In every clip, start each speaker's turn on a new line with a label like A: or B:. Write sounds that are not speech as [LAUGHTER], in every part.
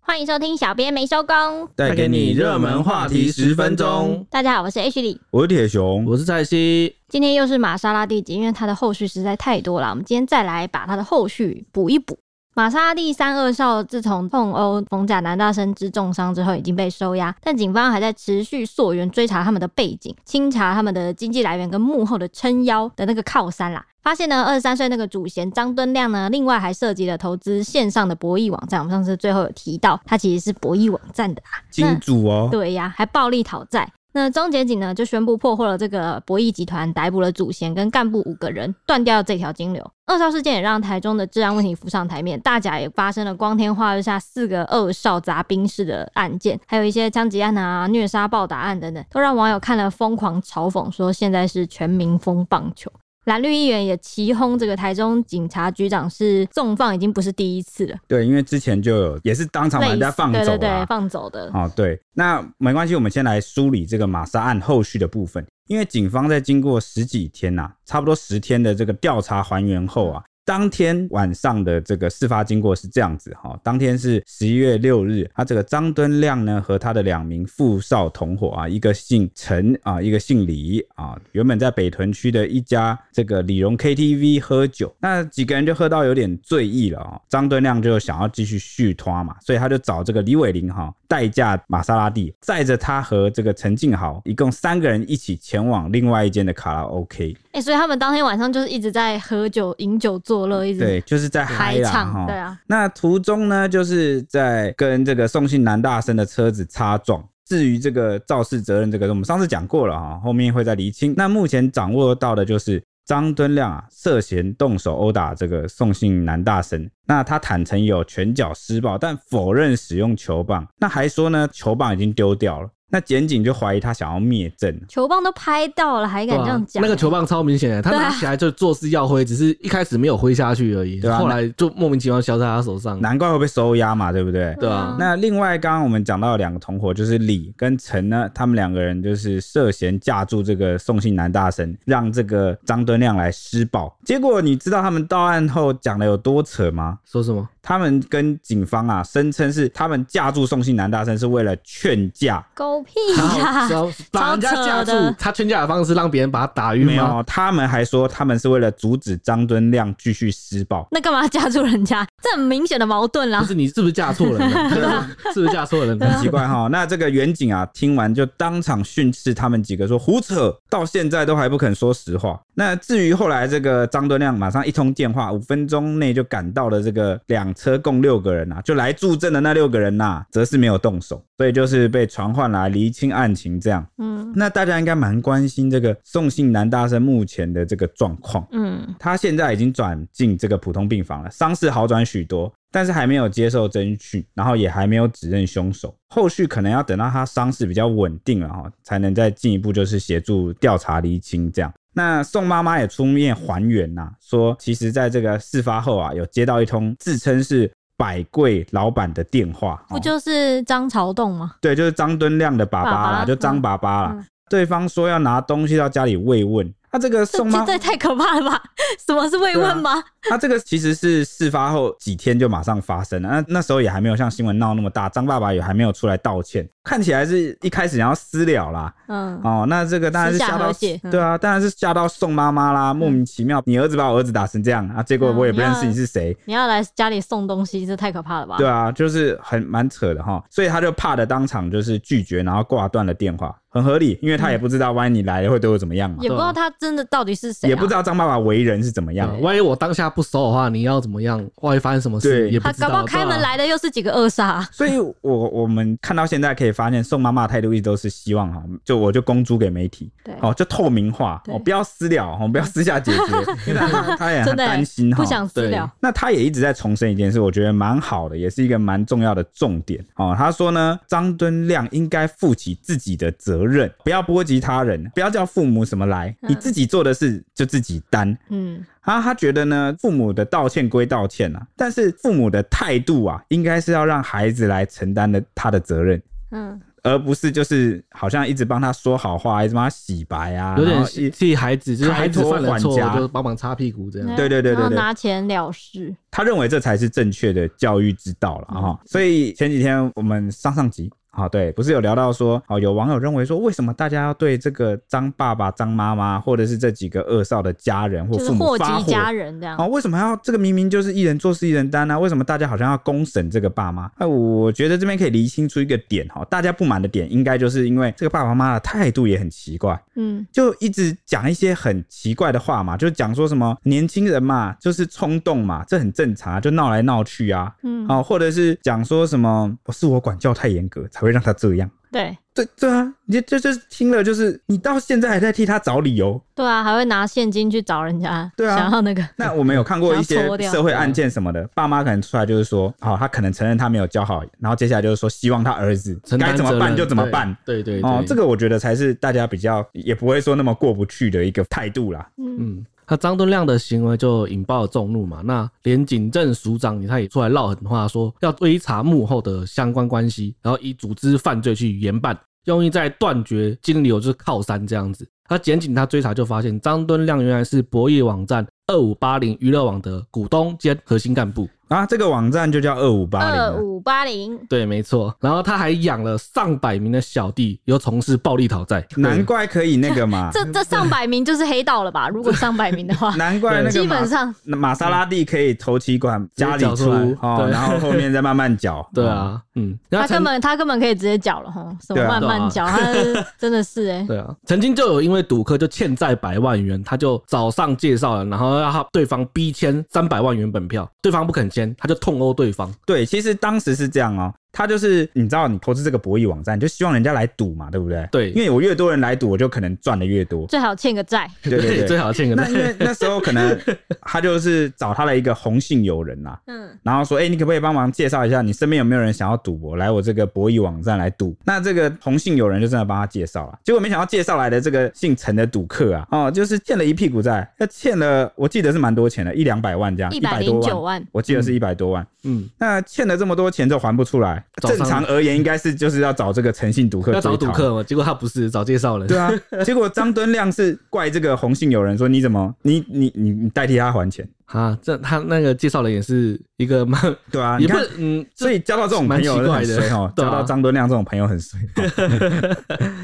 A: 欢迎收听《小编没收工》，
B: 带给你热门话题十分钟。
A: 大家好，我是 H 李。
B: 我是铁熊，
C: 我是蔡西，
A: 今天又是玛莎拉蒂集，因为它的后续实在太多了，我们今天再来把它的后续补一补。玛莎拉蒂三二少自从痛殴冯甲男大生之重伤之后，已经被收押，但警方还在持续溯源追查他们的背景，清查他们的经济来源跟幕后的撑腰的那个靠山啦。发现呢，二十三岁那个主嫌张敦亮呢，另外还涉及了投资线上的博弈网站。我们上次最后有提到，他其实是博弈网站的啊。那
B: 金主哦，
A: 对呀，还暴力讨债。那中检警呢就宣布破获了这个博弈集团，逮捕了祖贤跟干部五个人，断掉这条金流。二少事件也让台中的治安问题浮上台面，大甲也发生了光天化日下四个二少砸冰室的案件，还有一些枪击案啊、虐杀暴打案等等，都让网友看了疯狂嘲讽，说现在是全民疯棒球。蓝绿议员也齐轰这个台中警察局长是纵放，已经不是第一次了，
B: 对，因为之前就有也是当场把人家放
A: 对
B: 走啊
A: 对对，
B: 了。
A: 放走的，
B: 哦，对，那没关系，我们先来梳理这个玛莎案后续的部分。因为警方在经过十几天呐、差不多十天的这个调查还原后啊，当天晚上的这个事发经过是这样子哈、当天是十一月六日，他这个张敦亮呢和他的两名富少同伙啊，一个姓陈啊，一个姓李啊，原本在北屯区的一家这个李荣 KTV 喝酒，那几个人就喝到有点醉意了啊、张敦亮就想要继续续拖嘛，所以他就找这个李伟林哈、代驾玛莎拉蒂，载着他和这个陈静豪一共三个人一起前往另外一间的卡拉 OK。
A: 哎、所以他们当天晚上就是一直在喝酒、饮酒作乐，一直
B: 对，就是在嗨
A: 开
B: 啦
A: 唱，
B: 哈
A: 对啊，
B: 那途中呢，就是在跟这个送信男大生的车子擦撞。至于这个肇事责任，这个我们上次讲过了哈，后面会再厘清。那目前掌握到的就是张敦亮啊，涉嫌动手殴打这个送信男大生。那他坦承有拳脚施暴，但否认使用球棒。那还说呢，球棒已经丢掉了。那检警就怀疑他想要灭证。
A: 球棒都拍到了，还
B: 啊
A: 敢这样讲、
C: 那个球棒超明显的，他
A: 对啊
C: 拿起来就做事要挥，只是一开始没有挥下去而已，
B: 对啊
C: 后来就莫名其妙消在他手上。
B: 难怪会被收押嘛，对不对？
C: 对
A: 嗯
C: 啊
B: 那另外，刚刚我们讲到两个同伙，就是李跟陈呢，他们两个人就是涉嫌架住这个宋姓男大神，让这个张敦亮来施暴。结果你知道他们到案后讲的有多扯吗？[LAUGHS]
C: 说什么？
B: 他们跟警方啊声称是他们架住宋姓男大生是为了劝架，
A: 狗屁
C: 然后
A: 呀、
C: 然后把人家架
A: 超扯的
C: 住，他劝架的方式让别人把他打
B: 没
C: 晕吗？
B: 有，啊他们还说他们是为了阻止张敦亮继续施
A: [LAUGHS]
B: 暴。
A: 那干嘛夹住人家？这很明显的矛盾啦
C: 不。是你是不是架错人
B: [LAUGHS]
C: 了？是不是架错人
B: 很
C: 了？
B: 奇怪哈。那这个远景啊，听完就当场训斥他们几个说胡扯，到现在都还不肯说实话。那至于后来这个张敦亮马上一通电话，五分钟内就赶到了这个两车共六个人啊，就来助阵的那六个人呐、则是没有动手，所以就是被传唤来厘清案情这样。
A: 嗯
B: 那大家应该蛮关心这个宋姓男大生目前的这个状况。
A: 嗯，
B: 他现在已经转进这个普通病房了，伤势好转许多，但是还没有接受侦讯，然后也还没有指认凶手，后续可能要等到他伤势比较稳定了哈，才能再进一步就是协助调查厘清这样。那宋妈妈也出面还原呐、说其实在这个事发后啊，有接到一通自称是百贵老板的电话，
A: 不
B: 哦
A: 就是张朝栋吗？ [LAUGHS]
B: 对，就是张敦亮的爸爸啦，
A: 爸爸
B: 就张爸爸啦。
A: 嗯
B: 对方说要拿东西到家里慰问，那、这个
A: 这
B: 宋妈
A: 这太可怕了吧？ [LAUGHS] 什么是慰
B: 啊
A: 问吗？
B: [LAUGHS] 他这个其实是事发后几天就马上发生了，那那时候也还没有像新闻闹那么大，张爸爸也还没有出来道歉，看起来是一开始想要私了啦。
A: 嗯，
B: 哦，那这个当然是
A: 私
B: 吓到
A: 下和解嗯
B: 对啊，当然是吓到宋妈妈啦，莫名其妙，你儿子把我儿子打成这样啊，结果我也不认识你是谁，
A: 你要来家里送东西，这太可怕了吧？
B: 对啊，就是很蛮扯的哈，所以他就怕的当场就是拒绝，然后挂断了电话，很合理，因为他也不知道万一你来了会对我怎么样嘛，
A: 也不知道他真的到底是谁、啊，
B: 也不知道张爸爸为人是怎么样
C: 对，啊万一我当下不收的话，你要怎么样？万一发生什么事
B: 对
C: 也不
A: 他
C: 知
A: 搞
C: 道。
A: 不好开
C: 对
A: 门
C: 啊
A: 来的又是几个恶煞、啊
B: 所以我，我们看到现在可以发现，宋妈妈的态度一直都是希望哈，就我就公诸给媒体，
A: 对，
B: 哦，就透明化，
A: 对
B: 哦，不要私了，哦，不要私下解
A: [LAUGHS]
B: 决，因为他他也
A: 真
B: 很
A: 的、
B: 担心哈
A: 不。想私
C: 对
A: 聊。
B: 那他也一直在重申一件事，我觉得蛮好的，也是一个蛮重要的重点哦。他说呢，张敦亮应该负起自己的责任，不要波及他人，不要叫父母什么来，
A: 嗯
B: 你自己做的事就自己担。
A: 嗯，
B: 啊，他觉得呢，父母的道歉归道歉啊，但是父母的态度啊，应该是要让孩子来承担的他的责任。
A: 嗯，
B: 而不是就是好像一直帮他说好话，一直帮他洗白啊，
C: 有点
B: 然后一
C: 替孩子，就是孩子犯了错
B: 开脱还家
C: 就帮忙擦屁股这样。
B: 对对对对
A: 然后
B: 对
A: 拿钱了事，
B: 他认为这才是正确的教育之道了
A: 嗯
B: 啊、哈所以前几天我们上上集啊、对，不是有聊到说，哦，有网友认为说，为什么大家要对这个张爸爸、张妈妈，或者是这几个恶少的家人或
A: 就是
B: 父母
A: 祸及
B: 发火？
A: 家人这样
B: 啊、。为什么要这个明明就是一人做事一人担啊呢、为什么大家好像要公审这个爸妈？哎，我觉得这边可以厘清出一个点哈，大家不满的点应该就是因为这个爸爸妈妈的态度也很奇怪，
A: 嗯，
B: 就一直讲一些很奇怪的话嘛，就讲说什么年轻人嘛，就是冲动嘛，这很正常啊，就闹来闹去啊，
A: 嗯
B: 啊、或者是讲说什么、哦是我管教太严格才会让他这样，
A: 对
B: 对对啊，你这这这听了就是你到现在还在替他找理由，
A: 对啊，还会拿现金去找人家，
B: 对啊
A: 想要那个，
B: 那我们有看过一
A: 想
B: 些
A: 要搓掉
B: 社会案件什么的，爸妈可能出来就是说，好、他可能承认他没有教好，然后接下来就是说希望他儿子
C: 承担
B: 该怎么
C: 责任
B: 办就怎么办。
C: 对对对
B: 哦，这
C: 个
B: 个我觉得才是大家比较也不会说那么过不去的一个态度啦。
A: 嗯，
C: 嗯，那张敦亮的行为就引爆了众怒嘛。那连警政署长他也出来唠狠话，说要追查幕后的相关关系，然后以组织犯罪去严办，用意在断绝金流就是靠山这样子。那检警他追查就发现，张敦亮原来是博弈网站二五八零娱乐网的股东兼核心干部。
B: 啊，这个网站就叫二五八
A: 二
B: 零，啊
A: 五八零，
C: 对，没错。然后他还养了上百名的小弟，有从事暴力讨债。
B: 难怪可以那个嘛，，
A: [LAUGHS] 这这上百名就是黑道了吧？如果上百名的话
B: 难怪
A: [LAUGHS]
B: 那
A: 基
B: 个
A: 本
B: 玛
A: 上
B: 玛莎拉蒂可以头期款家里
C: 直接
B: 出
C: 缴出来
B: 哦，
C: 对
B: 然后后面再慢慢缴。
C: [LAUGHS] 对
B: 哦，
C: 啊，嗯，然
A: 他
C: 后
A: 根
C: 曾
A: 本他根本可以直接缴了哈，什么
B: 对啊
A: 慢慢缴，他是真的是哎，
C: 对啊，曾经就有因为赌客就欠债百万元，他就早上介绍了，然后要他对方逼签三百万元本票，对方不肯签，他就痛殴对方。
B: 对，其实当时是这样哦。他就是你知道，你投资这个博弈网站，你就希望人家来赌嘛，对不对？
C: 对
B: 因为我越多人来赌，我就可能赚的越
C: [LAUGHS]
B: 多。
A: 最好欠个债，
B: 对对
C: 最
B: 对。
C: 好欠个
B: 那因
C: 债。
B: 为那时候可能他就是找他的一个红姓友人呐、
A: 嗯，
B: 然后说，哎、你可不可以帮忙介绍一下，你身边有没有人想要赌博，来我这个博弈网站来赌？那这个同姓友人就真的帮他介绍了，结果没想到介绍来的这个姓陈的赌客啊，哦，就是欠了一屁股债，他欠了我记得是蛮多钱的，一两百万这样，
A: 一
B: 啊一
A: 百
B: 百
A: 零
B: 多
A: 九
B: 万，
A: 万，
B: 我记得是一百多万。
C: [LAUGHS] 嗯，
B: 那欠了这么多钱就还不出来，
C: 早上
B: 正常而言应该是就是要找这个诚信赌客
C: 要找
B: 追
C: 赌
B: 讨
C: 客嘛，结果他不是，找介绍人。
B: [LAUGHS] 对啊，结果张敦亮是怪这个红姓友人说你怎么你你你你代替他还钱，
C: [LAUGHS] 啊，这他那个介绍人也是一个蛮，
B: 对啊，你
C: 也不
B: 看
C: 是，嗯，
B: 所以交到这种朋友
C: 蛮奇怪的
B: 很衰哦，
C: [LAUGHS] 对啊
B: 交到张敦亮这种朋友很衰，哦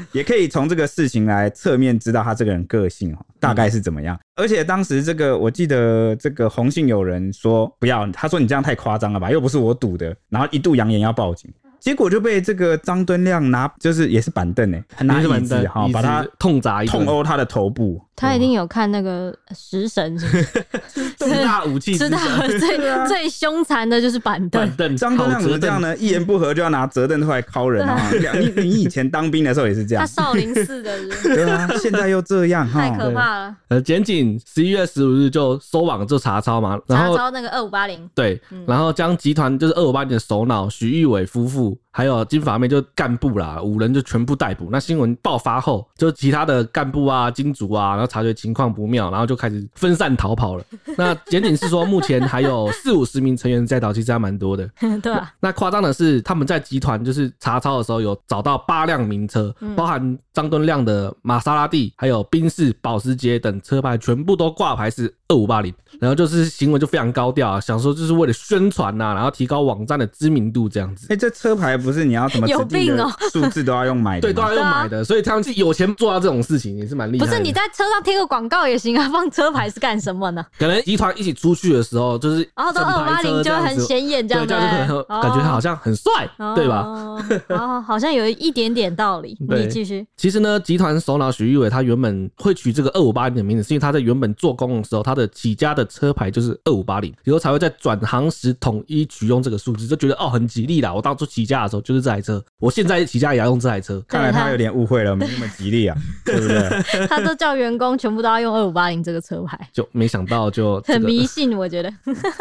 C: [LAUGHS]
B: 也可以从这个事情来侧面知道他这个人个性哦，大概是怎么样。而且当时这个我记得这个红姓友人说不要，他说你这样太夸张了吧，又不是我赌的，然后一度扬言要报警。结果就被这个张敦亮拿，就是也是板凳哎、还拿
C: 也是
B: 椅
C: 蛮
B: 子哈，把他
C: 痛砸一顿
B: 痛殴他的头部，
A: 他一定有看那个食神，
B: [LAUGHS]
A: 是不是
C: 重大武器之
A: 知道
C: 下
B: 啊
A: 最最凶残的就是板凳
C: 板，凳
B: 张敦亮
C: 好
B: 怎么
C: 折
B: 这样
C: 凳
B: 呢？一言不合就要拿折凳出来敲人
A: [LAUGHS]
B: 啊！你你以前当兵的时候也是这
A: 他 [LAUGHS]
B: 样，
A: 少林寺的
B: [LAUGHS]
A: 人
B: 对啊，现在又这样
A: 啊太
B: 哈。
A: 可怕了，
C: 呃，检警十一月十五日就收网就查抄嘛，然
A: 查
C: 后
A: 招那个二五八零， [LAUGHS]
C: 对，然后将集团就是二五八年的首脑许玉伟夫妇，还有金发妹就干部啦，五人就全部逮捕。那新闻爆发后，就其他的干部啊、金主啊，然后察觉情况不妙，然后就开始分散逃跑了。那检警是说，目前还有四五十名成员在逃，其实还蛮多的。
A: 对吧？
C: 那夸张的是，他们在集团就是查抄的时候，有找到八辆名车，
A: 嗯
C: 包含张敦亮的玛莎拉蒂，还有宾士、保时捷等车牌，全部都挂牌是二五八零。然后就是行为就非常高调啊，想说就是为了宣传啊呐、然后提高网站的知名度这样子。
B: 哎，这车牌不是你要怎么
A: 有
B: 指定
A: 病
B: 的
A: 哦
B: 数字都要用买的
C: 对，都
B: 吗？
C: 要用买的，所以他们是有钱做到这种事情也是蛮厉害
A: 啊不
C: 的。
A: 是你在车上贴个广告也行啊，放车牌是干什么呢？
C: 可能集团一起出去的时候，就是
A: 然后到
C: 整
A: 二八
C: 排车
A: 零
C: 这
A: 就会
C: 样
A: 很
C: 子
A: 显眼，这样
C: 对，这
A: 对
C: 样
A: 不
C: 就
A: 对
C: 很感觉好像很帅，对吧？
A: 哦，哦好像有一点点道理。
C: [LAUGHS] 对
A: 你继续，
C: 其实呢，集团首脑许玉伟他原本会取这个二五八零的名字，是因为他在原本做工的时候，他的起家的车牌就是二五八零，以后才会在转行时统一取用这个数字，就觉得哦很吉利啦。我当初起家的时候就是这台车，我现在起家也要用这台车。
B: 看来
A: 对
B: 他
A: 他
B: 有点误会了，没那么吉
A: [LAUGHS]
B: 利啊，对不对？
A: 他都叫员工全部都要用二五八零这个车
C: [LAUGHS]
A: 牌，
C: 就没想到就、这
A: 很
C: 个
A: 迷信，我觉得。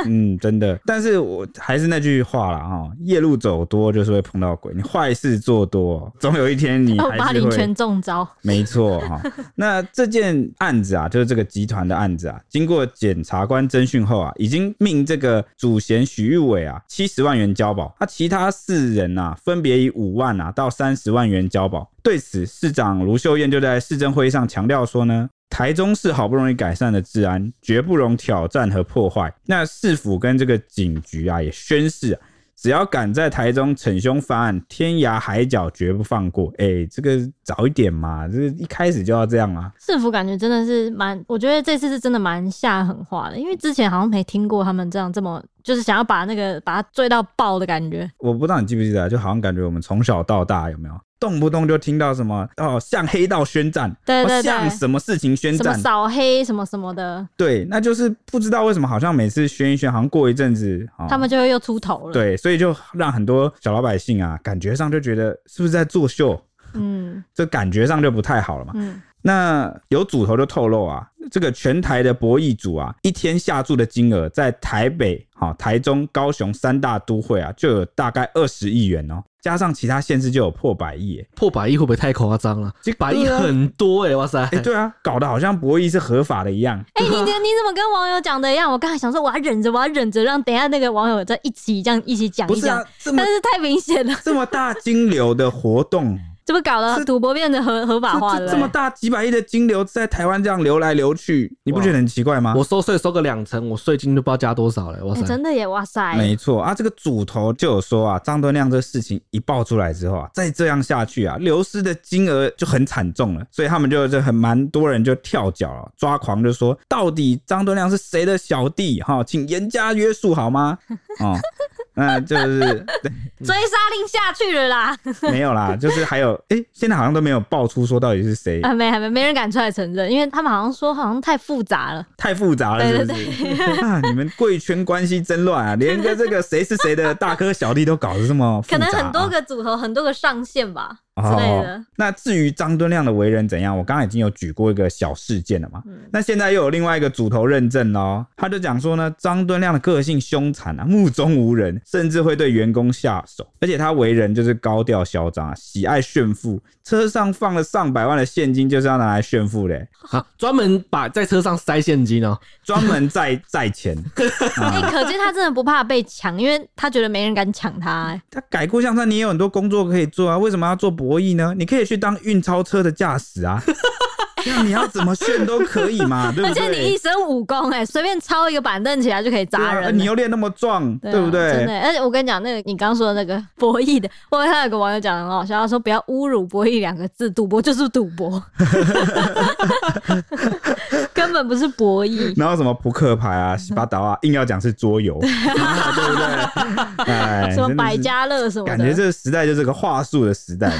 B: 嗯，真的。但是我还是那句话啦，哈，夜路走多就是会碰到鬼，你坏事做多，总有一天你
A: 二五
B: 还
A: 八
B: 是
A: 零
B: 会
A: 全中招，
B: 没错哈、那这件案子啊，就是这个集团的案子啊，经过检察官侦讯后啊，已经命这个主嫌许玉伟啊七十万元交保，他其他四人呐、分别以五万啊到三十万元交保。对此，市长卢秀燕就在市政会议上强调说呢，台中市好不容易改善的治安，绝不容挑战和破坏。那市府跟这个警局啊，也宣誓、啊，只要敢在台中逞凶犯案，天涯海角绝不放过。哎、这个早一点嘛，这个一开始就要这样啊。
A: 市府感觉真的是蛮，我觉得这次是真的蛮下狠话的，因为之前好像没听过他们这样这么，就是想要把那个把他追到爆的感觉。
B: 我不知道你记不记得啊，就好像感觉我们从小到大有没有，动不动就听到什么哦，向黑道宣战，
A: 对对
B: 哦向
A: 对
B: 什么事情宣
A: 什么
B: 战，
A: 扫黑什么什么的，
B: 对，那就是不知道为什么好像每次宣一宣，好像过一阵子，哦、
A: 他们就会又出头了。，
B: 对，所以就让很多小老百姓啊，感觉上就觉得是不是在作秀，
A: 嗯
B: 这感觉上就不太好了嘛。
A: 嗯，
B: 那有组头就透露啊，这个全台的博弈组啊，一天下注的金额在台北、好、台中、高雄三大都会啊，就有大概二十亿元哦，加上其他县市就有破百亿耶。
C: 破百亿会不会太夸张了
B: 这？
C: 百亿
B: 对啊
C: 很多哎、哇塞！
B: 哎、对啊，搞得好像博弈是合法的一样。
A: 哎、你你你怎么跟网友讲的一样？我刚才想说我要忍着，我要忍着，让等一下那个网友再一起这样一起讲
B: 不
A: 一
B: 是
A: 讲，
B: 啊，这
A: [LAUGHS]
B: 么
A: 但是太明显了，
B: 这么大金流的活
A: [LAUGHS]
B: 动，
A: 怎么搞了？
B: 是
A: 赌博变得合合法化
B: 这
A: 了、
B: 这这么
A: 哎
B: 大几百亿的金流在台湾这样流来流去，你不觉得很奇怪吗？
C: 我收税收个两成，我税金都不知道加多少了、哇
A: 哎
C: 塞！
A: 真的耶，哇塞！
B: 没错啊，这个主头就有说啊，张敦亮这事情一爆出来之后啊，再这样下去啊，流失的金额就很惨重了，所以他们就就很蛮多人就跳脚了，抓狂就说到底张敦亮是谁的小弟哈、请严加约束
A: [LAUGHS]
B: 好吗？哦，那就是
A: 追杀令下去了啦！
B: 没有啦，就是还有哎、现在好像都没有爆出说到底是谁，
A: 啊，没还没没人敢出来承认，因为他们好像说好像太复杂了。
B: 太复杂了是不是？ [LAUGHS] 啊，你们贵圈关系真乱啊，连个这个谁是谁的大哥小弟都搞得这么复
A: 可
B: 杂、
A: 能
B: 啊，
A: 很多个组合，很多个上线吧之类的
B: 哦。那至于张敦亮的为人怎样，我刚刚已经有举过一个小事件了嘛。
A: 嗯
B: 那现在又有另外一个主头认证喽，他就讲说呢，张敦亮的个性凶残啊，目中无人，甚至会对员工下手，而且他为人就是高调嚣张啊，喜爱炫富，车上放了上百万的现金就是要拿来炫富的、
C: 啊，专门把在车上塞现金哦、 [LAUGHS]
B: 专门在 [LAUGHS] 在钱。啊
A: 哎、可见他真的不怕被抢，因为他觉得没人敢抢他、哎
B: 他改过向善，你也有很多工作可以做啊，为什么要做博弈呢？你可以去当运钞车的驾
A: [LAUGHS]
B: 驶啊。这样你要怎么炫都可以嘛，对不
A: 而
B: 对？
A: 且你一身武功、哎，随便抄一个板凳起来就可以
B: 对
A: 砸
B: 啊
A: 人了、
B: 呃你又练那么壮，
A: 对啊
B: 对不
A: 真
B: 对？
A: 的，而且我跟你讲，那个你刚说的那
B: [LAUGHS]
A: 个博弈的，我看到有个网友讲得很好笑，他说不要侮辱“博弈”两个字，赌博就是赌博， [LAUGHS] 根本不是博弈。
B: 然后什么扑克牌
A: [LAUGHS]
B: 啊、洗把刀啊，硬要讲是桌游，啊对不对？哎，
A: 什么
B: 真的是
A: 百家乐什么
B: 感
A: 的
B: 觉，这个时代就是个话术的
A: [LAUGHS]
B: 时代，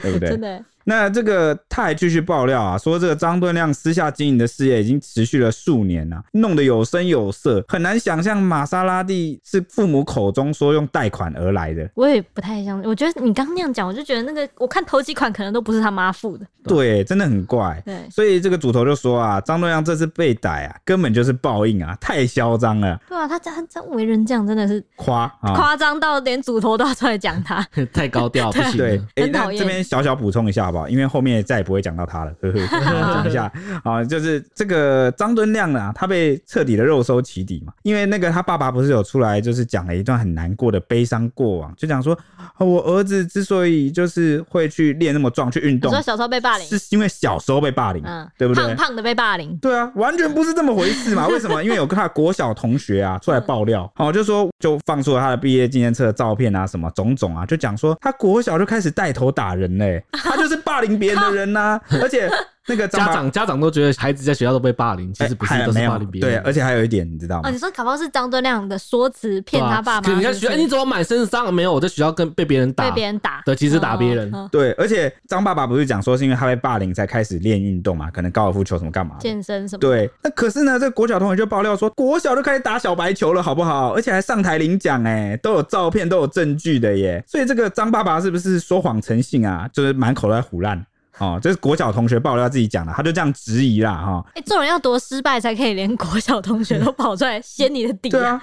B: 对不对
A: 真？的
B: 那这个他还继续爆料啊，说这个张敦亮私下经营的事业已经持续了数年了、弄得有声有色，很难想象玛莎拉蒂是父母口中说用贷款而来的。
A: 我也不太相信。我觉得你刚那样讲，我就觉得那个我看头几款可能都不是他妈付的，
B: 对，真的很怪。
A: 对
B: 所以这个主头就说啊，张敦亮这次被逮啊，根本就是报应啊，太嚣张了，
A: 对啊，他这他为人这样真的是
B: 夸啊，
A: 夸张到连组头都要出来讲他。
C: 太高调不行。
B: 对，，诶
A: 很讨
B: 那
A: 厌
B: 这边小小补充一下好不好？因为后面再也不会讲到他了，呵呵，讲一下啊，就是这个张敦亮呢、他被彻底的肉搜起底嘛，因为那个他爸爸不是有出来就是讲了一段很难过的悲伤过往，就讲说、啊我儿子之所以就是会去练那么壮去运
A: 你
B: 动
A: 说，小时候被霸凌，
B: 是因为小时候被霸凌，
A: 嗯，
B: 对不对？
A: 胖胖的被霸凌，
B: 对啊，完全不是这么回
A: [LAUGHS]
B: 事嘛？为什么？因为有跟他国小同学啊出来爆料，
A: 嗯
B: 哦，就说就放出了他的毕业纪念册的照片啊，什么种种啊，就讲说他国小就开始带头打人
A: [LAUGHS]
B: 嘞、他就是霸凌别人的人呐、而且那个张
C: 家
B: 爸
C: 长家长都觉得孩子在学校都被霸凌，其
B: 哎
C: 实不
B: 还
C: 是，都
B: 没
C: 是
B: 有
C: 霸凌别人。
B: 对，而且还有一点你知道
A: 哦，
B: 吗
A: 你？说搞不好是张敦亮的说辞骗他爸妈，
C: 对啊可能在
A: 是
C: 学校，
A: 不
C: 哎
A: 是
C: 你怎么满身伤？没有，我在学校跟被别人打。
A: 被别人打，
C: 对其实打别人
A: 嗯嗯
B: 对，而且张爸爸不是讲说是因为他被霸凌才开始练运动嘛，可能高尔夫球什么干嘛的
A: 健身 [LAUGHS] 什么，
B: 对，那可是呢，这国小同学就爆料说，国小就开始打小白球了，好不好？而且还上台领奖，哎，都有照片，都有证据的耶。所以这个张爸爸是不是说谎成性啊？就是满口都在胡乱。哦，这是国小同学爆料自己讲的，他就这样质疑啦哈、
A: 哎、做人要多失败才可以连国小同学都跑出来掀你的底、
B: 对啊，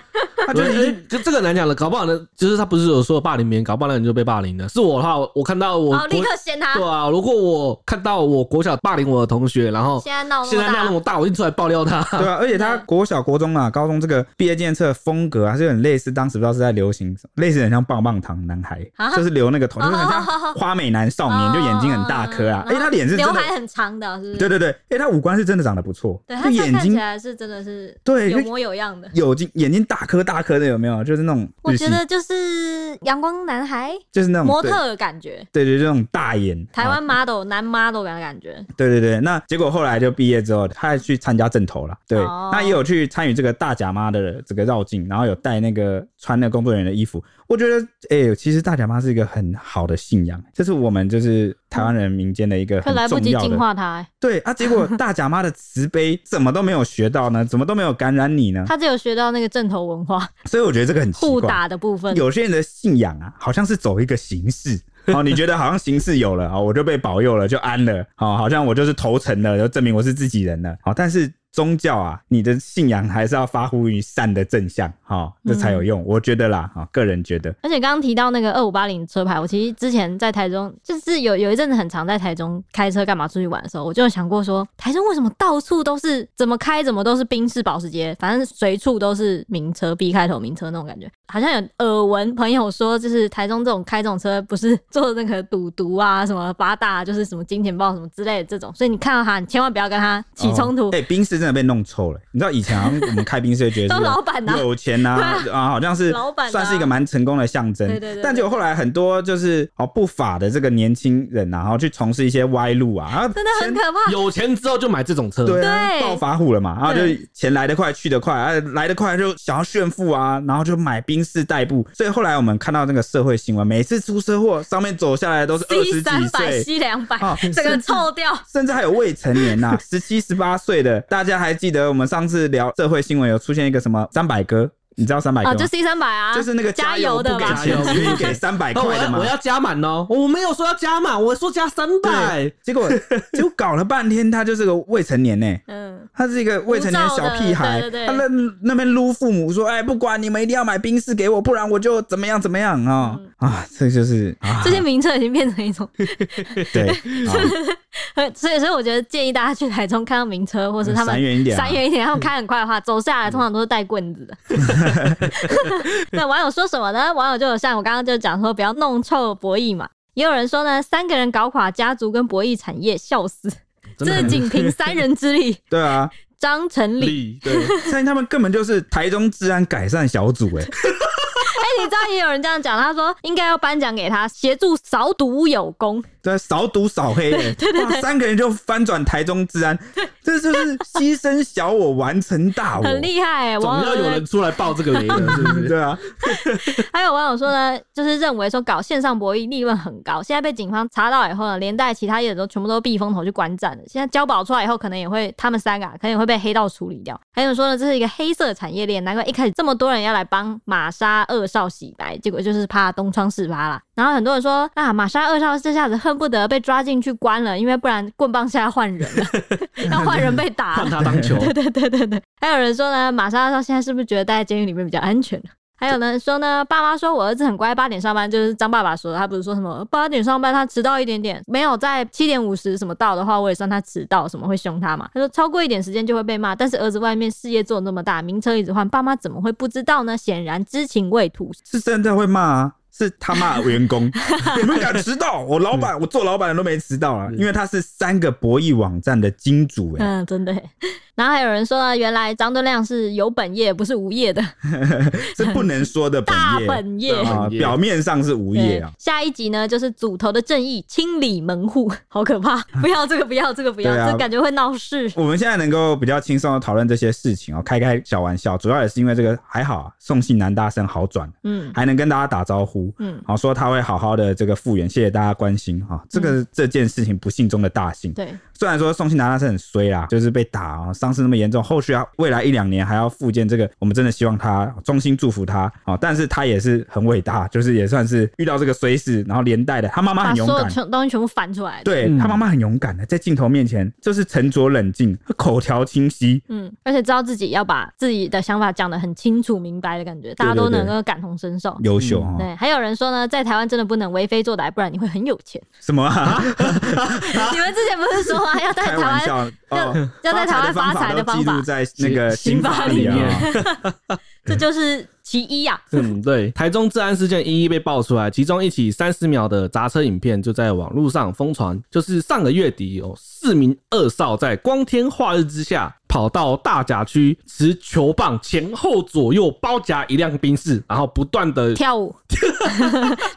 B: 他就
A: [LAUGHS]
C: 对，
B: 是
C: 而且哎这个难讲的，搞不好呢，就是他不是有说霸凌别人，搞不好那人就被霸凌了。是我的话，我我看到我
A: 然哦后立
C: 国
A: 刻掀他
C: 对，啊，如果我看到我国小霸凌我的同学，然后
A: 现在闹
C: 现在闹那
A: 那么
C: 么大，我一定出来爆料 [LAUGHS] 他。
B: 对啊，而且他国小、国中啊、高中这个毕业纪念册的风格啊，是很类似当时不知道是在流行什么，类似很像棒棒糖男孩，
A: 啊
B: 就是留那个头，就是很像
A: 哦哦哦哦
B: 花美男少
A: 大，
B: 年，就眼睛很大颗啊
A: 嗯。
B: 哎，他脸是
A: 刘
B: 真的，
A: 海很长的，是不是？
B: 对对对，哎，他五官是真的长得不错，
A: 嗯对，他
B: 就眼
A: 看起
B: 睛
A: 来是真的是
B: 对
A: 有
B: 就
A: 模有样的。
B: 有睛眼睛大颗大颗的，有没有？就是那种
A: 我
B: 日系
A: 觉，得就是阳光男孩
B: 就是那种
A: 模
B: 对
A: 特的感觉，
B: 对对，这种大眼
A: 台
B: 啊
A: 湾 model 男 model 的感觉。
B: 对对对，那结果后来就毕业之后，他还去参加正头了。对，
A: 哦
B: 那也有去参与这个大甲妈的这个绕境，然后有带那个穿那个工作人员的衣服。我觉得，哎、其实大甲妈是一个很好的信仰，这是我们就是台湾人民间的一个
A: 可
B: 很
A: 嗯来不
B: 重
A: 及
B: 要
A: 净
B: 的。
A: 化他、欸，
B: 对啊，结果大甲妈的慈悲怎么都没有学到呢？怎么都没有感染你呢？
A: 他只有学到那个正头文化
B: 所以我觉得这个很奇
A: 互
B: 怪。
A: 打的部分。
B: 有些人的信仰啊，好像是走一个形式。哦，你觉得好像形式有了啊、哦，我就被保佑了，就安了，哦，好像我就是投诚了，就证明我是自己人了。好、哦，但是宗教啊，你的信仰还是要发乎于善的正向，哈、哦，这才有用，
A: 嗯
B: 我觉得啦，哈、哦，个人觉得，
A: 而且刚刚提到那个二五八零车牌，我其实之前在台中，就是有有一阵子很常在台中开车干嘛出去玩的时候，我就有想过说，台中为什么到处都是怎么开怎么都是宾士、保时捷，反正随处都是名车，B 开头名车那种感觉。好像有耳闻朋友说，就是台中这种开这种车，不是做那个赌毒啊、什么八大，就是什么金钱豹什么之类的这种，所以你看到他，你千万不要跟他起冲突。
B: 哦哎、冰室真的被弄臭了。你知道以前好像我们开冰室会觉
A: [LAUGHS] 都
B: 得是
A: 老板啊
B: 有钱呐、
A: [LAUGHS]
B: 啊，好像是
A: 老板啊
B: 算是一个蛮成功的象征。
A: 对对对对
B: 但结果后来很多就是哦不法的这个年轻人啊，然后去从事一些歪路啊，然后
A: 真的很
B: 钱
A: 可怕，
C: 有钱之后就买这种车，
B: 对啊，
A: 对
B: 暴发户了嘛，然后就
A: 对
B: 钱来得快去得快，啊，来得快就想要炫富啊，然后就买宾士代步，所以后来我们看到那个社会新闻，每次出车祸上面走下来的都是二
A: C
B: 十
A: 三
B: 几
A: 百、
B: 岁。
A: C 两百
B: 哦，
A: 整个
B: 是
A: 臭掉。
B: 甚至还有未成年呐、1十七、十八岁的，大家还记得我们上次聊社会新闻有出现一个什么三百哥，你知道三百哥
A: 啊，
B: 吗？
A: 就 C 三百啊，
B: 哎就是那个
A: 加
B: 油
A: 的
B: 不给
A: 吧？
C: 加油
B: 钱，愿意给三百
C: 那我
B: 块的
C: 要
B: 嘛
C: 我。要加满 [LAUGHS] 哦，我没有说要加满，我说加三百。
B: 结果就搞了半天，他就是个未成年呢、
A: [LAUGHS] 嗯，
B: 他是一个未成年小屁孩，
A: 无照的对对对
B: 他那那边撸父母说：“哎，不管你们一定要买冰室给我，不然我就怎么样怎么样啊、啊！”这就是啊，
A: [LAUGHS] 这些名车已经变成一种，呃
B: 对，啊
A: 所以所以我觉得建议大家去台中看到名车，或是他们
B: 闪远一点啊
A: 闪远一点，他们开很快的话，走下来通常都是带棍子的。那网友说什么呢？网友就有像我刚刚就讲说，不要弄臭博弈嘛。也有人说呢，三个人搞垮家族跟博弈产业，笑死！
C: 真
A: 这
C: 的很
A: 仅凭三人之力，
B: 对啊，
A: 张成礼。
C: 力对，
B: 所以他们根本就是台中治安改善小组哎、
A: 哎、你知道也有人这样讲，他说应该要颁奖给他，协助扫毒有功。
B: 对，扫赌扫黑、欸，对对对，三个人就翻转台中治安，这就是牺牲小我完成大我，
A: 很厉害、欸，
C: [LAUGHS] 总
A: 网
C: 要
A: 友
C: 有
A: 对
C: 人出来爆这个雷的，是不 [LAUGHS] 是？
B: 对啊，
A: 还有网友说呢，就是认为说搞线上博弈利润很高，现在被警方查到以后呢，连带其他业者都全部都避风头去观战了。现在交保出来以后，可能也会他们三个、啊、可能也会被黑道处理掉。还有人说呢，这是一个黑色产业链，难怪一开始这么多人要来帮玛莎二少洗白，结果就是怕东窗事发啦。然后很多人说啊，玛莎二少这下子恨不得被抓进去关了，因为不然棍棒下换人了，要换人被打了
C: 换。他当球，
A: 对 [LAUGHS] 对对对，还有人说呢，玛莎到现在是不是觉得待在监狱里面比较安全呢？啊还有呢，说呢，爸妈说我儿子很乖，八点上班，就是张爸爸说的，他不是说什么八点上班他迟到一点点，没有在七点五十什么到的话，我也算他迟到，什么会凶他嘛？他说超过一点时间就会被骂，但是儿子外面事业做那么大，名车一直换，爸妈怎么会不知道呢？显然知情未吐，
B: 是真的会骂啊。是他骂员
A: [LAUGHS]
B: 工，你们敢迟到？我老板，我做老板的都没迟到啊，因为他是三个博弈网站的金主哎、
A: 嗯，真的耶。然后还有人说呢，原来张敦亮是有本业，不是无业的，
B: 是不能说的
A: [LAUGHS]
B: 本
A: 大
B: 业
A: 本业。
C: 对
B: 啊，表面上是无业
A: 对，
B: 啊，
A: 下一集呢，就是组头的正义清理门户， [LAUGHS] 好可
B: [LAUGHS]
A: 怕！不要这个，不要这个，不要，
B: 对啊
A: 这感觉会闹事。
B: 我们现在能够比较轻松的讨论这些事情哦，开开小玩笑，主要也是因为这个还好啊，宋姓男大生好转，
A: 嗯
B: 还能跟大家打招呼，
A: 嗯，
B: 好、说他会好好的这个复原，谢谢大家关心
A: 嗯
B: 哈、这个、这件事情不幸中的大幸，
A: 对，
B: 虽然说宋姓男大生很衰啦，就是被打啊、哦，伤势那么严重，后续啊未来一两年还要复健，这个我们真的希望他衷心祝福他哦。但是他也是很伟大，就是也算是遇到这个衰事，然后连带的他妈妈
A: 把
B: 很勇
A: 所有
B: 敢，
A: 全东西全部翻出来。，
B: 对
C: 嗯
B: 他妈妈很勇敢啊的，在镜头面前就是沉着冷静，口条清晰，
A: 嗯，而且知道自己要把自己的想法讲得很清楚明白的感觉，大家都
B: 对
A: 能够感同身受。
B: 优秀哦。
C: 嗯
A: 对，还有人说呢，在台湾真的不能为非作歹，不然你会很有钱。
B: 什
A: [LAUGHS]
B: 么 [LAUGHS] 啊？
A: 你们之前不是说吗？要在
B: 开
A: 台
B: 玩
A: 湾 [LAUGHS]
B: 笑哦！
A: 要哎在台湾发财的
B: 的
A: 方
B: 记录
A: 法，
B: 在那个
A: 刑
B: 刑
A: 法
B: 法
A: 里
B: 里啊
C: 面。
A: 这就是其一啊呀、
C: [LAUGHS] 嗯，对，台中治安事件一一被爆出来，其中一起三十秒的砸车影片就在网络上疯传，就是上个月底有四名恶少在光天化日之下跑到大甲区，持球棒前后左右包夹一辆宾士，然后不断的。
A: 跳
B: [LAUGHS]
A: 舞。 [LAUGHS]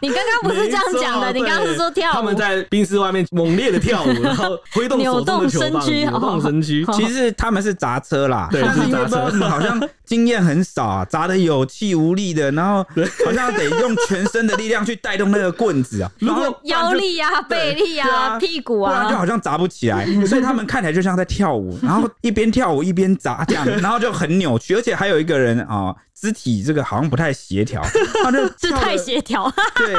A: 你刚刚不是这样讲的，你
C: 没错
A: 刚刚是说
C: 对
A: 跳舞。
C: 他们在宾士外面猛烈的跳舞，然后挥动手中的球棒，
A: 扭动身躯
C: 扭动
A: 哦
C: 身躯，
B: 其实他们是砸车啦，
C: 对
B: 但是
C: 是
B: 因为
C: 砸
B: 不知道
C: 车
B: 为什么嗯好像经验很少啊，砸的有气无力的，然后好像得用全身的力量去带动那个棍子 [LAUGHS] 啊，
C: 如果
B: 然后不然就
A: 腰力啊、背
B: 对
A: 力
B: 对
A: 啊、
B: 啊
A: 屁股
B: 不然就
A: 啊， [LAUGHS]
B: 好像砸不起来，所以他们看起来就像在跳 [LAUGHS] 舞，然后一边跳舞一边砸这样，然后就很扭曲，而且还有一个人啊、肢体这个好像不太
A: [LAUGHS]
B: 协调，他就是跳得
A: 太协调。啊
B: 对，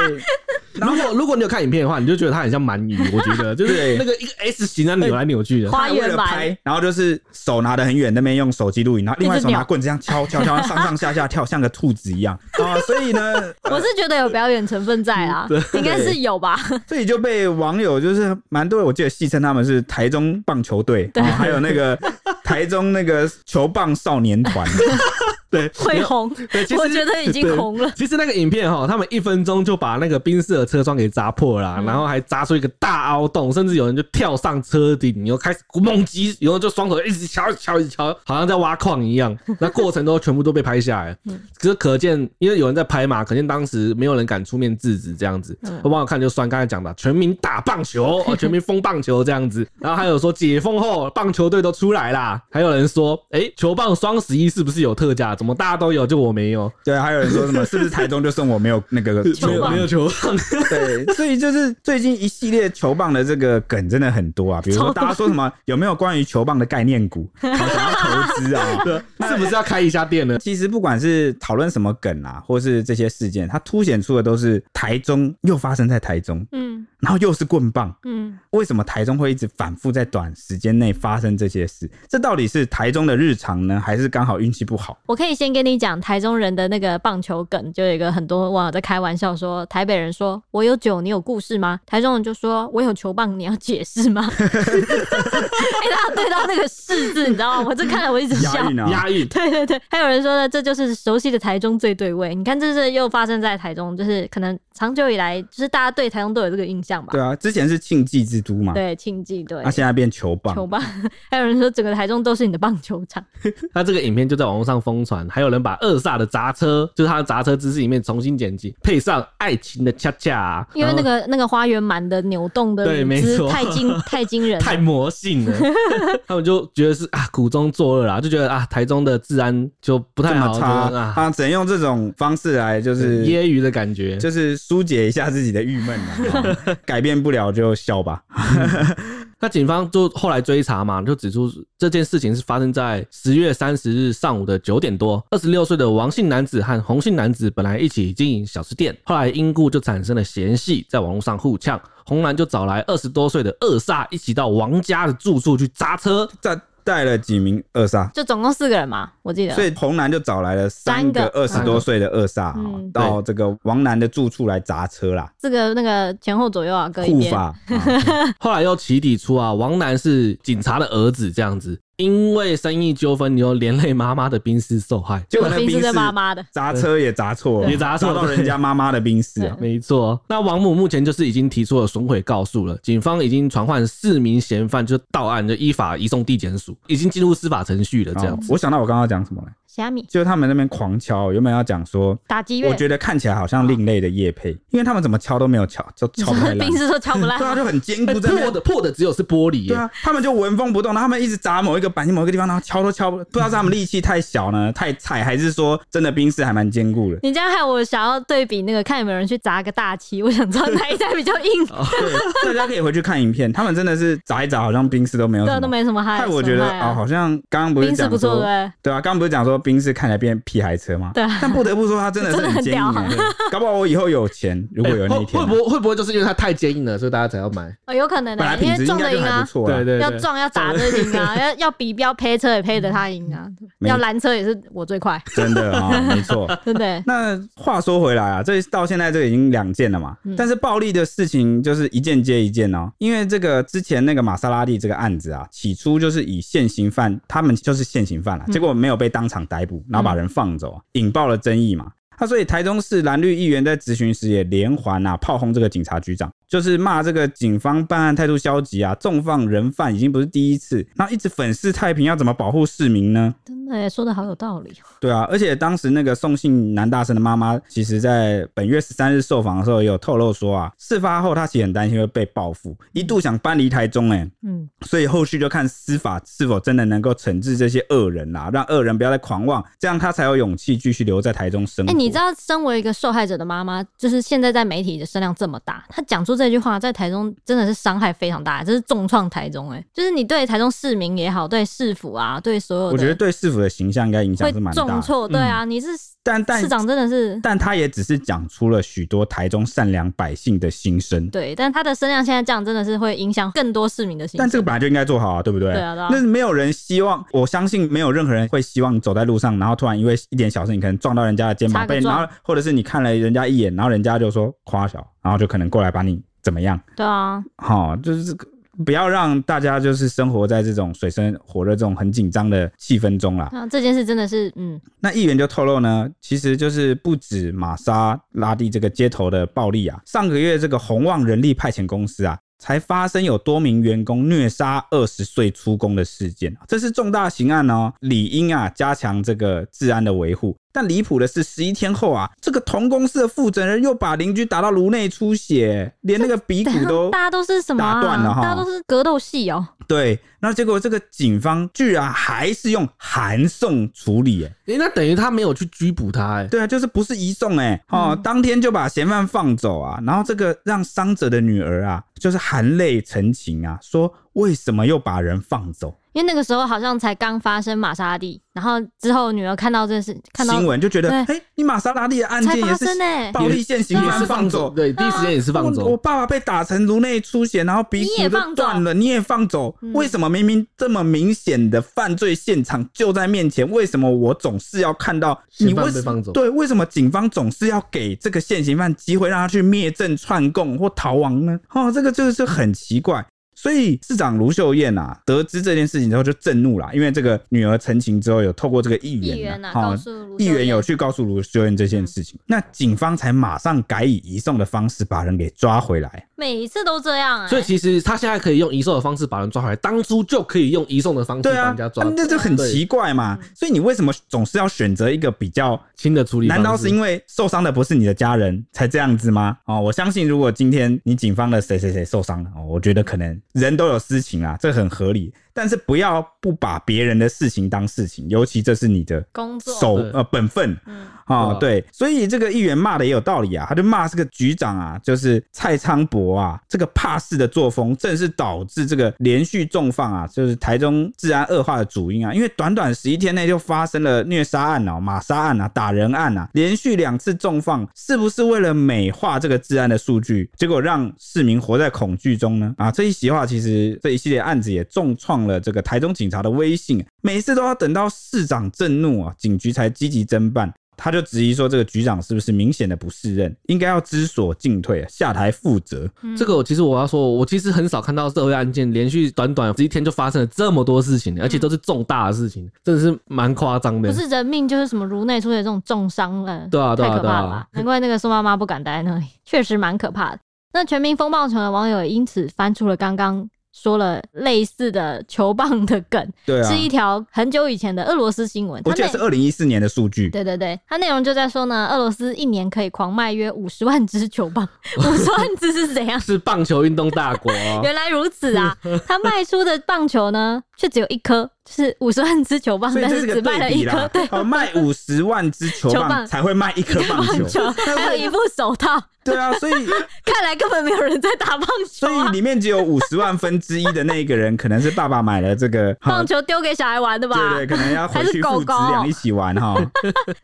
B: 然
C: 如
B: 后
C: 果如果你有看影片的话，你就觉得它很像鳗鱼，我觉得就是
B: 对
C: 那个一个 S 型啊，扭来扭去的。
A: 花
B: 他为
A: 园
B: 了
A: 版
B: 拍，然后就是手拿得很远，那边用手机录影，然后另外手
A: 一直
B: 拿
A: 扭
B: 棍子这样敲敲敲，上上下下跳，像个兔子一样啊、所
A: [LAUGHS]
B: 以呢，
A: 我是觉得有表演成分在啊，应该是有吧。
B: 所以就被网友就是蛮多，我记得戏称他们是台中棒球队，
A: 对
B: 啊还有那个 [LAUGHS] 台中那个球棒少年团，
C: 对，
A: 会红，
C: 对，其实
A: 我觉得已经红了
C: 对其实那个影片哈，他们一分钟就把那个宾士的车窗给砸破了啊、
A: 嗯
C: 然后还砸出一个大凹洞，甚至有人就跳上车顶，然后开始猛击，然后就双手一直敲、一直敲、一直敲，好像在挖矿一样。那过程都全部都被拍下来了。可是可见，因为有人在拍嘛，可见当时没有人敢出面制止这样子。我网友看就酸，刚才讲的全民打棒球，哦全民疯棒球这样子。然后还有说解封后棒球队都出来啦，还有人说，哎、球棒双十一是不是有特价？怎么大家都有，就我没有？
B: 对，还有人说什么是不是台中就剩我没有那个
A: 球棒
C: 没有球棒，
B: 对，所以就是最近一系列球棒的这个梗真的很多啊，比如
A: 超
B: 说
A: 多
B: 大家说什么有没有关于球棒的概念股，好想要投资啊、
C: 是不是要开一家店呢？
B: 其实不管是讨论什么梗啊，或是这些事件，它凸显出的都是台中又发生在台中，
A: 嗯
B: 然后又是棍棒。
A: 嗯，
B: 为什么台中会一直反复在短时间内发生这些事？这到底是台中的日常呢，还是刚好运气
A: [LAUGHS]
B: 不好？
A: 我可以先跟你讲台中人的那个棒球梗，就有一个很多网友在开玩笑说，台北人说我有酒，你有故事吗？台中人就说我有球棒，你要解释吗？ [LAUGHS] 哎、大家对到那个“是”字，你知道吗？我这看了我一直笑
B: 押。韵 [LAUGHS] 啊！
C: 押韵，
A: [LAUGHS] 对对对，还有人说呢，这就是熟悉的台中最对味。你看，这是又发生在台中，就是可能长久以来，就是大家对台中都有这个印象吧
B: 对。啊，之前是庆忌之都嘛，
A: 对，庆记对
B: 那、现在变球
A: [LAUGHS]
B: 棒，
A: 球棒，还有人说整个台中都是你的棒球
B: [LAUGHS]
A: 场。
C: 他这个影片就在网络上疯传，还有人把二萨的砸车，就是他的砸车姿势里面重新剪辑，配上爱情的恰恰，
A: 因为那
C: 然后
A: 个那个花园满的扭动的
C: 对
A: 舞
C: 没
A: 姿
C: 错
A: 太惊
B: [LAUGHS]
A: 太惊人了，
C: 太魔性
A: [LAUGHS]
C: 了，他们就觉得是啊苦中作乐啦，就觉得啊台中的治安就不
B: 这
C: 太
B: 么
C: 好，
B: 差
C: 就是啊
B: 啊，只能用这种方式来就是
C: 揶揄的感觉。
B: 就是疏解一下自己的郁闷
C: [LAUGHS]
B: 啊，哈改变不了就笑吧。
C: 那警方就后来追查嘛，就指出这件事情是发生在十月三十日上午的九点多。二十六岁的王姓男子和洪姓男子本来一起经营小吃店，后来因故就产生了嫌隙，在网络上互呛。洪男就找来二十多岁的恶煞一起到王家的住处去砸车。
B: 再带了几名二煞，
A: 就总共四个人嘛，我记得。
B: 所以红男就找来了三个
A: 啊三个
B: 二十多岁的二煞、哦
A: 嗯
B: 到这个王楠的住处来砸车啦，
A: 这个那个前后左右啊，各一
B: 护
A: 边。
B: 法、啊
C: 后来又起底出啊，王男是警察的儿子这样子，因为生意纠纷，你又连累妈妈的宾士受害。
B: 结
A: [LAUGHS]
B: 果那
A: 冰是
B: 兵
A: 在
B: 士
A: 妈妈的，
B: 砸车也砸错了，
C: 也砸错了
B: 到人家妈妈的兵士啊。
C: 没错，那王母目前就是已经提出了损毁告诉了，警方已经传唤四名嫌犯，就到案，就依法移送地检署，已经进入司法程序了。这样
B: 哦
C: 子，
B: 我想到我刚刚讲什么了，
A: 虾米
B: 就他们那边狂敲，原本要讲说，
A: 打击乐，
B: 我觉得看起来好像另类的叶配，因为他们怎么敲都没有敲，就敲
A: [LAUGHS]
B: 不太烂
A: 冰。丝都敲不烂
B: [LAUGHS] 对啊，就很坚
C: 哎
B: 固，在那
C: 破
B: 边
C: 的破的只有是玻璃耶
B: 对，啊，他们就纹风不动，然后他们一直砸某一个板件、某一个地方，然后敲都敲不，不知道是他们力气太
A: [LAUGHS]
B: 小呢，太菜，还是说真的冰室还蛮坚固的。
A: 你这样害我想要对比那个，看有没有人去砸个大漆，我想知道哪一家比较硬，
B: 对，大家可以回去看影片，他们真的是砸一砸，好像冰室都没有啊什
A: 对，啊
B: 么。
A: 都没什么害。
B: 害我觉得
A: 损害啊
B: 哦，好像刚刚不是
A: 冰是
B: 讲
A: 不错，对
B: 说
A: 不对？
B: 对啊，刚刚不是讲说冰室看起来变屁孩车吗？
A: 对啊
B: 但不得不说，它真的是
A: 真的很
B: 很坚硬
A: 屌
B: 啊。搞不好我以后有钱，如果有那一天啊
C: [LAUGHS] 会会，哎不会会不会就是因为它太坚硬了，所以大家才要买？
A: 哦，有可能
B: 本来
A: 的，
B: 品
A: 因为
B: 质应
A: 撞
B: 该
A: 得
B: 就
A: 赢
B: 还
A: 啊
B: 不，错啊。
C: 对
A: 要撞要砸的赢
B: [LAUGHS]
A: 啊，要要比标配车也配得他赢啊，
B: 没
A: 要拦车也是我最快，
B: 真的啊，没错。
A: 对不
B: [LAUGHS]
A: 对？
B: 那话说回来啊，这到现在这已经两件了嘛，但是暴力的事情就是一件接一件哦。因为这个之前那个玛莎拉蒂这个案子啊，起初就是以现行犯，他们就是现行犯了，啊结果没有被当场逮捕，然后把人放走啊，引爆了争议嘛。那、所以台中市蓝绿议员在质询时也连环啊炮轰这个警察局长，就是骂这个警方办案态度消极啊，纵放人犯已经不是第一次，那一直粉饰太平，要怎么保护市民呢？
A: 真的
B: 欸
A: 耶说的好有道理哦，
B: 对啊，而且当时那个送信男大生的妈妈，其实在本月十三日受访的时候，也有透露说啊，事发后她其实很担心会被报复，一度想搬离台中、欸，
A: 嗯，
B: 所以后续就看司法是否真的能够惩治这些恶人啦、让恶人不要再狂妄，这样他才有勇气继续留在台中生活。
A: 哎，你知道，身为一个受害者的妈妈，就是现在在媒体的声量这么大，她讲出这句话，在台中真的是伤害非常大，这是重创台中，哎，就是你对台中市民也好，对市府啊，对所有的，
B: 我觉得对市府的形象应该影响
A: 会
B: 是蛮大
A: 重
B: 的，
A: 挫，对啊，你是
B: 但但
A: 市长真的是
B: 但他也只是讲出了许多台中善良百姓的心声。
A: 对，但他的声量现在这样，真的是会影响更多市民的心情。
B: 但这个本来就应该做好啊，对不对？
A: 对啊对啊
B: 那没有人希望，我相信没有任何人会希望你走在路上，然后突然因为一点小事，你可能撞到人家的肩膀，
A: 插个
B: 被然
A: 撞
B: 后或者是你看了人家一眼，然后人家就说夸小，然后就可能过来把你怎么样？
A: 对啊，
B: 好、就是这个不要让大家就是生活在这种水深火热、这种很紧张的气氛中啦。
A: 那这件事真的是，嗯，
B: 那议员就透露呢，其实就是不止玛莎拉蒂这个街头的暴力啊，上个月这个宏旺人力派遣公司啊。才发生有多名员工虐杀二十岁出工的事件，啊这是重大刑案哦，理应啊加强这个治安的维护。但离谱的是，十一天后啊，这个同公司的负责人又把邻居打到颅内出血，连那个鼻骨
A: 等一下
B: 都
A: 大家都是什么、啊？
B: 哦打断了哈
A: 大家都是格斗戏哦，
B: 对。那结果这个警方居然还是用函送处理、欸，
C: 诶，那等于他没有去拘捕他，哎，
B: 对啊，就是不是移送哎、哦，
A: 嗯
B: 当天就把嫌犯放走啊，然后这个让伤者的女儿啊，就是含泪陈情啊，说为什么又把人放走？
A: 因为那个时候好像才刚发生玛莎拉蒂，然后之后女儿看到这事，看到
B: 新闻就觉得，哎、
A: 对
B: 你玛莎拉蒂的案
A: 才
B: 件
A: 发
B: 也是
A: 生哎、
B: 暴力现行
C: 也
B: 犯
C: 是
B: 放
C: 放
B: 走
C: 走，。对，第一时间也是放
B: 我我
C: 走。
B: 爸爸被打成颅内出血，然后鼻
A: 你也
B: 骨
A: 放走
B: 都断了，你也放走？
A: 嗯
B: 为什么明明这么明显的犯罪现场就在面前，为什么我总是要看到你
C: 嫌犯
B: 为
C: 被
B: 什
C: 放走
B: 对，为什么警方总是要给这个现行犯机会，让他去灭证、串供或逃亡呢？哦，这个就是很奇怪。所以市长卢秀燕啊，得知这件事情之后就震怒了，因为这个女儿陈情之后，有透过这个议员、啊，
A: 议员啊，
B: 哦
A: 告诉卢秀
B: 议
A: 燕
B: 员有去告诉卢修恩这件事情，那警方才马上改以移送的方式把人给抓回来。
A: 每一次都这样、哎，
C: 所以其实他现在可以用移送的方式把人抓回来，当初就可以用移送的方式
B: 对
C: 把
B: 啊嗯
C: 人家，抓
B: 啊
C: 走。
B: 那就很
C: 对
B: 奇怪嘛。所以你为什么总是要选择一个比较？
C: 轻的处理方式。
B: 难道是因为受伤的不是你的家人才这样子吗？哦，我相信如果今天你警方的谁谁谁受伤了，哦，我觉得可能人都有私情啊，这很合理。但是不要不把别人的事情当事情，尤其这是你的
A: 工作
B: 守
C: 对
B: 呃本分，
A: 嗯，
B: 啊、
C: 对
B: 对，所以这个议员骂的也有道理啊，他就骂这个局长啊，就是蔡昌博啊，这个怕事的作风，正是导致这个连续重放啊，就是台中治安恶化的主因啊。因为短短十一天内就发生了虐杀案啊、马杀案啊、打人案啊，连续两次重放，是不是为了美化这个治安的数据，结果让市民活在恐惧中呢？啊，这一席话其实这一系列案子也重创了这个台中警察的威信，每次都要等到市长震怒啊，警局才积极侦办。他就质疑说，这个局长是不是明显的不适任，应该要知所进退，下台负责。
A: 嗯
C: 这个我其实我要说，我其实很少看到社会案件连续短短十一天就发生了这么多事情，而且都是重大的事情，真的是蛮夸张的
A: 不。是人命就是什么颅内出血这种重伤了，
C: 对啊对啊
A: 太可怕了
C: 对啊
A: 吧，难怪那个宋妈妈不 [LAUGHS] 敢待在那里，确实蛮可怕的。那全民风暴城的网友也因此翻出了刚刚。说了类似的球棒的梗，
B: 对啊
A: 是，一条很久以前的俄罗斯新闻。
B: 我
A: 它
B: 记得
A: 内
B: 是二零一四年的数据，
A: 对对对，它内容就在说呢，俄罗斯一年可以狂卖约五十万只球
B: [LAUGHS]
A: 棒，五十万只是怎样？。
C: 是棒球运动大国、哦
A: 原来如此啊！他卖出的棒球呢，却只有一颗，就是五十万只球棒，
B: [LAUGHS] 所以
A: 但
B: 这
A: 是
B: 是
A: 只
B: 个
A: 卖了
B: 对
A: 一
B: 比
A: 颗
B: 啦，
A: 对，。
B: 哦，卖五十万只球
A: [LAUGHS] 球棒
B: 棒才会卖一颗棒
A: 棒 [LAUGHS] 球
B: 球，，
A: 还有一副手套， [LAUGHS]
B: 对啊，所以
A: 看来根本没有人在打棒球
B: 所以
A: 啊！
B: 里面只有五十万分之一的那个人，可能是爸爸买了这个哈
A: 棒球丢给小孩玩的吧？
B: 对对，可能要回去
A: 还是狗
B: 父
A: 狗
B: 子俩一起玩哈。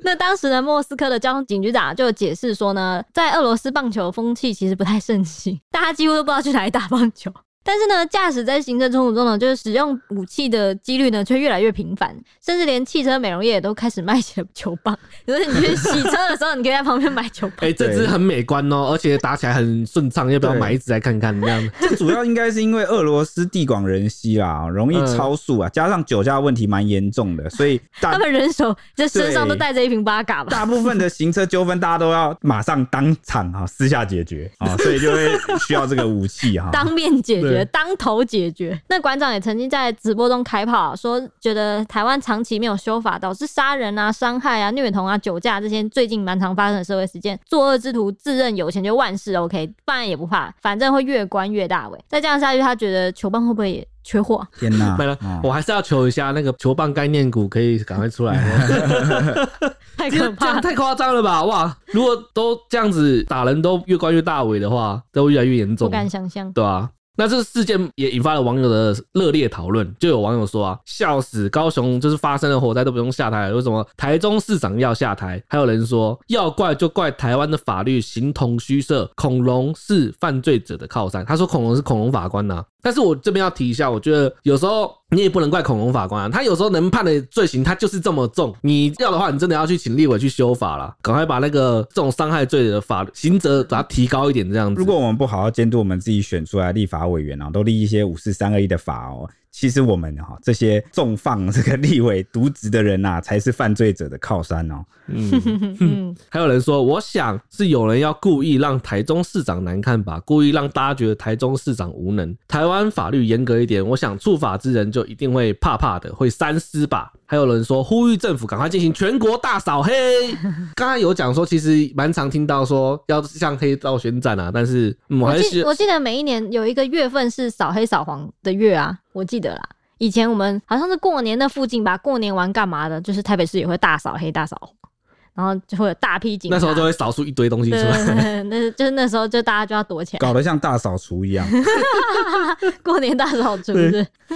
A: 那当时呢，莫斯科的交通警局长就解释说呢，在俄罗斯棒球风气其实不太盛行， [LAUGHS] 大家几乎都不知道去哪里打棒球。但是呢，驾驶在行政冲突中呢，就是使用武器的几率呢，却越来越频繁，甚至连汽车美容业也都开始卖起了球棒。 [LAUGHS] 就是你去洗车的时候，你可以在旁边买
B: [LAUGHS]
A: 球棒
C: 哎、。这只很美观哦，而且打起来很顺畅，要不要
B: 对
C: 买一只来看看？这样
B: [LAUGHS] 这主要应该是因为俄罗斯地广人稀啦，容易超速啊，加上酒驾问题蛮严重的，所以大
A: 他们人手这身上都带着一瓶八 [LAUGHS] 嘎吧？
B: 大部分的行车纠纷，大家都要马上当场哈私下解决
A: [LAUGHS]
B: 啊，所以就会需要这个武器哈。
A: 当面解决
C: 对，
A: 当头解决。那馆长也曾经在直播中开炮，说觉得台湾长期没有修法，导致杀人啊、伤害啊、虐童啊、酒驾这些最近蛮常发生的社会事件。作恶之徒自认有钱就万事 OK，犯案也不怕，反正会越关越大尾。再这样下去，他觉得球棒会不会也缺货啊？
B: 天哪
C: 没了，，
B: [LAUGHS] 啊
C: 我还是要求一下那个球棒概念股，可以赶快出
A: [LAUGHS]
C: 来哦。
A: 太
C: 这
A: 可
C: 样这
A: 怕
C: 样
A: 了！
C: 太夸张了吧？哇，如果都这样子打人都越关越大尾的话，都越来越严
A: 不
C: 重，
A: 敢想象。
C: 对啊。那这事件也引发了网友的热烈讨论，就有网友说啊，笑死，高雄就是发生了火灾都不用下台了，为什么台中市长要下台？还有人说，要怪就怪台湾的法律形同虚设，恐龙是犯罪者的靠山。他说恐龙是恐龙法官呐、但是我这边要提一下，我觉得有时候你也不能怪恐龙法官啊，他有时候能判的罪行他就是这么重，你要的话，你真的要去请立委去修法啦，赶快把那个这种伤害罪的法刑责把它提高一点，这样子。
B: 如果我们不好好监督我们自己选出来的立法委员啊，都立一些五四三二一的法哦，其实我们哈、这些重放这个立委渎职的人呐、啊才是犯罪者的靠山哦。
C: 嗯。
A: [LAUGHS] 嗯嗯，
C: 还有人说，我想是有人要故意让台中市长难看吧，故意让大家觉得台中市长无能。台湾法律严格一点，我想触法之人就一定会怕怕的，会三思吧。还有人说，呼吁政府赶快进行全国大
A: [LAUGHS]
C: 扫黑。刚才有讲说，其实蛮常听到说要向黑道宣战啊，但是、嗯我
A: 我
C: 还
A: 记
C: 是
A: 我记得每一年有一个月份是扫黑扫黄的月啊，我记得啦。以前我们好像是过年那附近吧，过年玩干嘛的？就是台北市也会大扫黑、大扫黄，然后就会有大批警察。
C: 那时候就会扫出一堆东西出
A: 对对对，
C: 来。
A: 对那就是那时候就大家就要躲起来，
B: 搞得像大扫除
A: [LAUGHS]
B: 一样。
A: 过年大扫除是不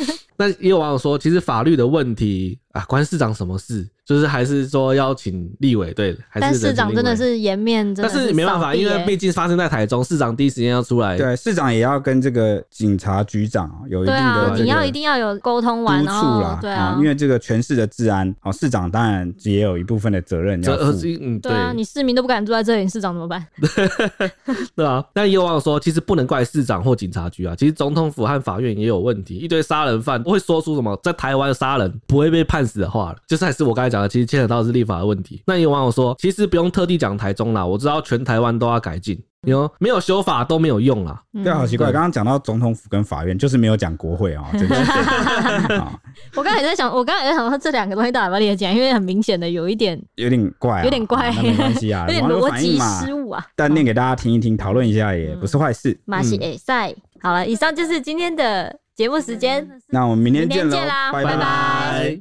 A: 是？
C: [LAUGHS] 那也有网友说，其实法律的问题啊，关市长什么事？就是还是说要请立委对，还是
A: 但
C: 人请
A: 市长
C: 立
A: 真的
C: 委
A: 是颜面真
C: 但
A: 的
C: 是没办法，
A: 扫地欸
C: 因为
A: 耶
C: 毕竟发生在台中，市长第一时间要出来。
B: 对，市长也要跟这个警察局长啊有一
A: 对
B: 定的
A: 啊，
B: 这
A: 你要一
B: 个。
A: 定要有沟通
B: 督
A: 完，然
B: 促
A: 后
B: 啦，
A: 对啊
B: 因，为这个全市的治安，哦，市长当然也有一部分的责任
C: 这
B: 要
C: 呃
B: 负。
C: 是嗯
A: 对啊，你市民都不敢住在这里，你市长怎么办？
C: 对啊。那也有网友说，其实不能怪市长或警察局啊，其实总统府和法院也有问题。一堆杀人犯会说出什么在台湾杀人不会被判死的话了，就是还是我刚才讲的，其实牵扯到的是立法的问题。那也有网友说，其实不用特地讲台中啦，我知道全台湾都要改进，你说没有修法都没有用啦。
A: 嗯
B: 对啊，好奇怪，
C: 对
B: 刚刚讲到总统府跟法院，就是没有讲国
A: [LAUGHS]
B: 会啊、哦，真是 [LAUGHS] 啊
A: 我刚才也在想，我刚才也在想说这两个东西到底要不要列起来，因为很明显的有一点
B: 有点怪啊、
A: 有点怪
B: 啊那没关系
A: [LAUGHS]
B: 啊，
A: 有点
B: 网友
A: 逻
B: 反应
A: 辑
B: 嘛
A: 失误嗯啊。
B: 但念给大家听一听，讨论一下也不是坏事。
A: 马西诶赛，好了，以上就是今天的节目时间。
B: 那我们明天
A: 嗯明天
B: 见喽，
A: 见啦
B: 拜
A: 拜拜